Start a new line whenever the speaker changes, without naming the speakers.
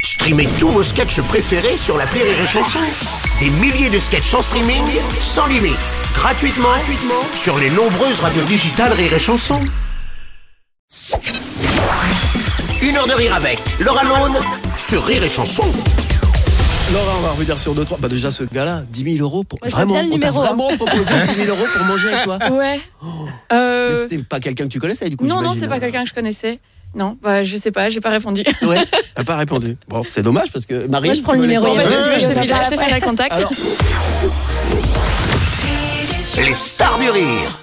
Streamez tous vos sketchs préférés sur la Rire et Chanson. Des milliers de sketchs en streaming, sans limite, gratuitement, gratuitement sur les nombreuses radios digitales Rire et Chanson. Une heure de rire avec Laura Lone sur Rire et Chanson.
Laura, on va revenir sur deux, trois. Bah déjà, ce gars-là, 10 000 euros. Pour...
Ouais, c'est
vraiment,
bien le
on t'a
numéro, hein.
vraiment proposé 10 000 euros pour manger avec toi.
Ouais.
Mais
Euh,
C'était pas quelqu'un que tu connaissais, du coup,
non, non,
j'imagine.
c'est pas quelqu'un que je connaissais. Non, bah, je sais pas, j'ai pas répondu.
Ouais, t'as pas répondu. Bon, c'est dommage parce que Marie.
Moi, je prends
tu
le
veux les
numéro,
Bon,
coordonnées
bah, si
ouais,
tu veux, je
ouais,
te file-
ouais.
je te file le contact.
Alors,
Les stars du rire